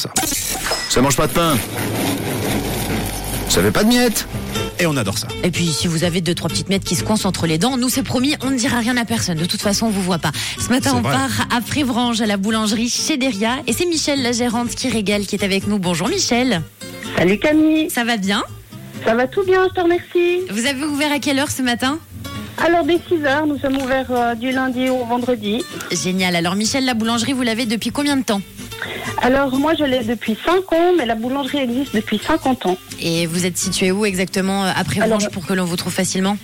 ça. Ça mange pas de pain. Ça fait pas de miettes. Et on adore ça. Et puis, si vous avez deux, trois petites miettes qui se coincent entre les dents, nous, c'est promis, on ne dira rien à personne. De toute façon, on vous voit pas. Ce matin, C'est on vrai. part à Prévrange, à la boulangerie chez Deria. Et c'est Michel, la gérante, qui régale, qui est avec nous. Bonjour, Michel. Salut Camille, Ça va bien ça va tout bien, je te remercie. Vous avez ouvert à quelle heure ce matin Alors, dès 6 heures, nous sommes ouverts euh, du lundi au vendredi. Génial. Alors, Michel, la boulangerie, vous l'avez depuis combien de temps Alors, moi, je l'ai depuis 5 ans, mais la boulangerie existe depuis 50 ans. Et vous êtes situé où exactement euh, à Prévrange Alors- pour que l'on vous trouve facilement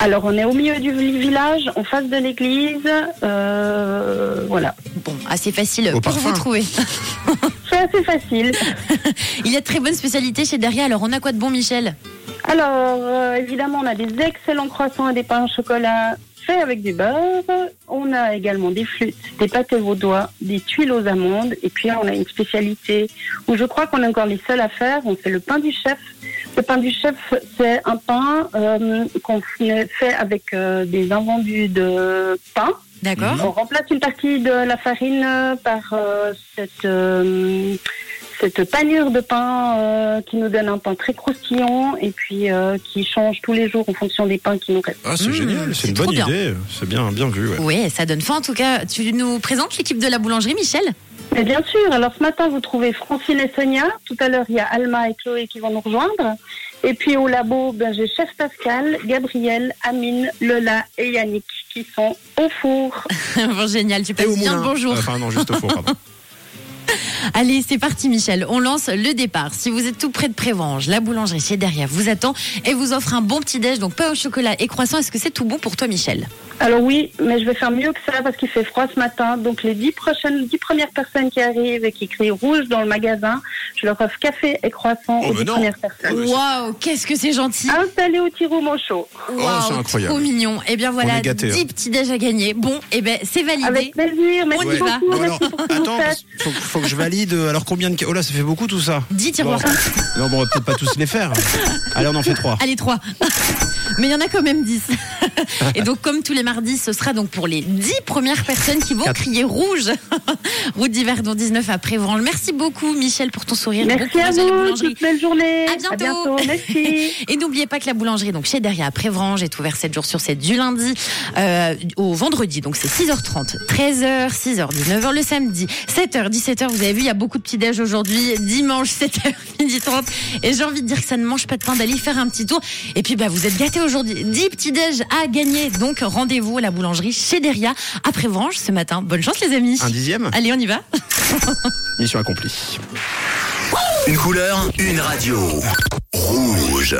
Alors, on est au milieu du village, en face de l'église. euh, voilà. Bon, assez facile Au pour parfum. vous trouver. C'est assez facile. Il y a de très bonnes spécialités chez Deria. Alors, on a quoi de bon, Michel Alors, euh, évidemment, on a des excellents croissants et des pains au chocolat faits avec du beurre. On a également des flûtes, des pâtés vaudois, des tuiles aux amandes. Et puis, on a une spécialité où je crois qu'on est encore les seuls à faire. On fait le pain du chef. Le pain du chef, c'est un pain euh, qu'on fait avec euh, des invendus de pain. D'accord On remplace une partie de la farine euh, par euh, cette, euh, cette panure de pain euh, qui nous donne un pain très croustillant et puis euh, qui change tous les jours en fonction des pains qui nous restent. Ah, c'est Mmh, génial, c'est c'est une trop bonne bien. idée. C'est bien, bien vu. ouais. Oui, ça donne faim en tout cas. Tu nous présentes l'équipe de la boulangerie, Michel Mais bien sûr, alors ce matin, vous trouvez Francine et Sonia. Tout à l'heure, il y a Alma et Chloé qui vont nous rejoindre. Et puis au labo, ben, j'ai Chef Pascal, Gabriel, Amine, Lola et Yannick qui sont au four. Bon, génial, tu passes bien le bonjour. Enfin, non, juste au four, Ah, pardon. Allez, c'est parti, Michel. On lance le départ. Si vous êtes tout près de Prévange, la boulangerie chez derrière vous attend et vous offre un bon petit déj, donc pain au chocolat et croissant. Est-ce que c'est tout bon pour toi, Michel Alors oui, mais je vais faire mieux que ça parce qu'il fait froid ce matin. Donc les dix prochaines, dix premières personnes qui arrivent et qui crient rouge dans le magasin, je leur offre café et croissant Oh, aux mais dix non. premières personnes. Ouais, c'est- Waouh, qu'est-ce que c'est gentil Installé au tir au manchot. Waouh, Ah, oh, c'est incroyable. trop mignon. Eh bien On voilà, est gâtés, 10 hein. petits déj à gagner. Bon, eh ben c'est validé. Avec plaisir, merci On y va. beaucoup, Bon, alors, merci pour ce que vous attends, faites. parce- faut, faut que je valide. euh, Alors combien de. Oh là, ça fait beaucoup tout ça. 10 tiroirs. Bon. Non, bon, on va peut-être pas tous les faire. Allez, on en fait trois. Allez, 3. Mais il y en a quand même 10. Et donc, comme tous les mardis, ce sera donc pour les 10 premières personnes qui vont Quatre. crier rouge. Route d'hiver, dont 19 à Prévrange. Merci beaucoup, Michel, pour ton sourire. Bon Merci à courage la vous, boulangerie. toute belle journée. À bientôt. à bientôt merci. Et n'oubliez pas que la boulangerie, donc chez Derrière à Prévrange, est ouverte 7 jours sur 7 du lundi euh, au vendredi. Donc c'est 6h30, 13h, 6h, 19h le samedi, 7h, 17h. Vous avez vu, il y a beaucoup de petits déj aujourd'hui. Dimanche, 7h, 12h30. Et j'ai envie de dire que ça ne mange pas de pain d'aller faire un petit tour. Et puis bah, vous êtes gâtés aujourd'hui. 10 petits déj à gagner. Donc rendez-vous à la boulangerie chez Derrière à Prévrange ce matin. Bonne chance les amis. Un dixième Allez, on y va. Mission accomplie. Une couleur, une radio. Rouge.